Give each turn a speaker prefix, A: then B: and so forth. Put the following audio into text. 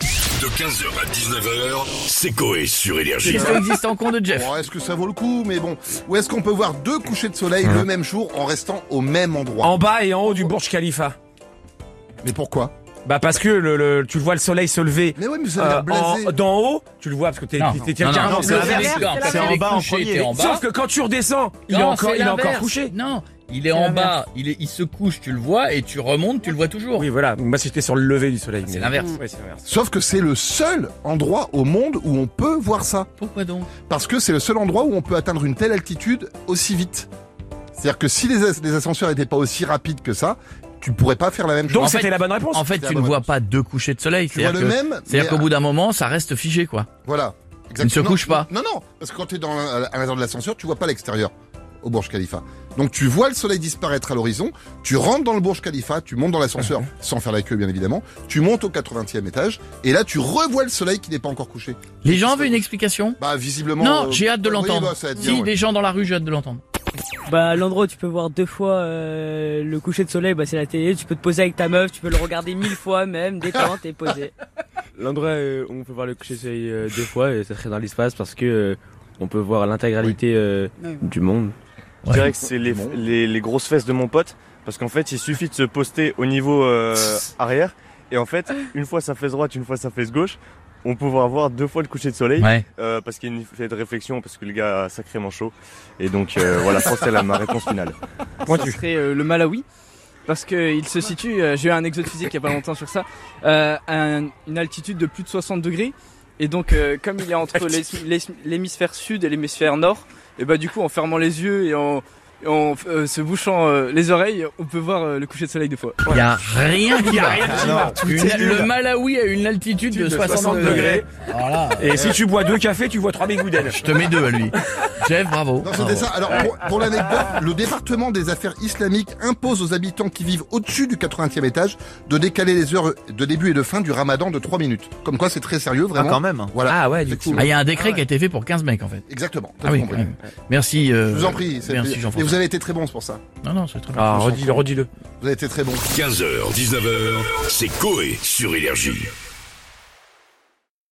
A: De 15h à 19h, c'est Coé sur Énergie.
B: Question existant de Jeff.
C: Bon, est-ce que ça vaut le coup Mais bon, où est-ce qu'on peut voir deux couchers de soleil
B: Mmh.
C: le même jour en restant au même endroit
D: En bas et en haut du Burj Khalifa.
C: Mais pourquoi
D: Bah parce que le, le- tu vois le soleil se lever. euh,
C: Mais oui, mais vous avez
B: Euh,
C: l'air blasé.
D: en- d'en haut, tu le vois parce que t'es
B: Non,
D: t'es- t'es
B: non, non,
D: carrément
B: non,
D: c'est
B: non,
D: l'inverse.
B: c'est l'inverse.
E: C'est en bas en
B: couché,
E: premier.
B: t'es en bas.
D: Sauf que quand tu redescends, il est
B: Non,
D: encore,
B: c'est
D: il est encore
B: l'inverse.
D: couché.
B: Non, il est en bas, il, est, il se couche, tu le vois, et tu remontes, tu le vois toujours.
D: Oui, voilà. Moi, c'était sur le lever du soleil.
B: C'est
D: mais-
B: l'inverse.
D: Ouais, c'est l'inverse.
C: Sauf que c'est le seul endroit au monde où on peut voir ça.
B: Pourquoi donc
C: Parce que c'est le seul endroit où on peut atteindre une telle altitude aussi vite. C'est-à-dire que si les, as- les ascenseurs n'étaient pas aussi rapides que ça, tu pourrais pas faire la même
D: Donc,
C: chose.
D: c'était
B: fait-
D: la bonne réponse.
B: En fait,
C: C'est
B: tu
C: la
B: ne
C: bonne
B: vois
C: réponse.
B: pas deux couchers de soleil.
C: Tu vois
B: C'est-à-dire
C: le
B: que-
C: même
B: c'est-à-dire
C: mais-
B: qu'au bout d'un moment, ça reste figé, quoi.
C: Voilà.
B: ne se
C: Exactement.
B: couche pas.
C: Non, non, parce que quand tu es dans, à l'intérieur de l'ascenseur, tu vois pas l'extérieur au Burj Khalifa. Donc tu vois le soleil disparaître à l'horizon, tu rentres dans le Burj Khalifa, tu montes dans
B: Mhm.
C: l'ascenseur, sans faire la queue bien évidemment, tu montes au 80e étage, et là tu revois le soleil qui n'est pas encore couché.
B: Les gens veulent une explication
C: Bah visiblement...
B: Non,
C: euh,
B: j'ai hâte de
C: oui,
B: l'entendre.
C: bah, ça va être bien,
B: Si,
C: ouais.
B: des gens dans la rue, j'ai hâte de l'entendre.
F: Bah l'endroit où tu peux voir deux fois euh, le coucher de soleil, bah c'est la télé. Tu peux te poser avec ta meuf, tu peux le regarder mille fois même, détente et posé.
G: L'endroit euh, où on peut voir le coucher de soleil euh, deux fois, euh, ça serait dans l'espace parce que euh, on peut voir l'intégralité euh, du monde.
B: Ouais.
H: Je dirais que c'est les, les, les grosses fesses de mon pote, parce qu'en fait, il suffit de se poster au niveau euh, arrière, et en fait, une fois sa fesse droite, une fois sa fesse gauche, on peut avoir deux fois le coucher de soleil,
B: Ouais.
H: euh, parce qu'il y a une fenêtre de réflexion, parce que le gars a sacrément chaud, et donc euh, voilà, je pense que c'est la- ma réponse finale.
E: Ça serait euh, le Malawi. Parce qu'il se situe, euh, j'ai eu un exode physique il y a pas longtemps sur ça, euh, à un- une altitude de plus de 60 degrés. Et donc, euh, comme il est entre l'hé- l'hé- l'hémisphère sud et l'hémisphère nord, et bah du coup, en fermant les yeux et en, et en, euh, se bouchant euh, les oreilles, on peut voir euh, le coucher de soleil deux fois.
B: Il y a rien qui va. Une- le Malawi a une altitude de
D: De
B: 60 degrés. Voilà.
D: euh, Et si tu bois deux cafés, tu vois trois bigoudelles.
B: Je te mets deux à lui. Jeff, bravo.
C: Non,
B: Bravo.
C: c'était ça. Alors, pour, pour l'anecdote, le département des affaires islamiques impose aux habitants qui vivent au-dessus du 80e étage de décaler les heures de début et de fin du ramadan de 3 minutes. Comme quoi, c'est très sérieux, vraiment.
E: même.
C: Voilà.
D: Ah ouais, du coup.
C: Effectivement.
B: Ah, il y a un décret qui a été fait pour 15 mecs, en fait.
C: Exactement.
B: Ah
C: T'as tout
B: oui, quand
C: compris.
B: même. Merci. euh,
C: Je vous en prie. c'est-
B: Merci,
C: Et
B: Jean-François.
C: vous avez été très bon c'est pour ça.
B: Non, non, c'est très bien.
D: Ah, redis-le, redis-le.
C: Vous avez été très bon.
A: 15h, 19h, c'est Coé sur Énergie.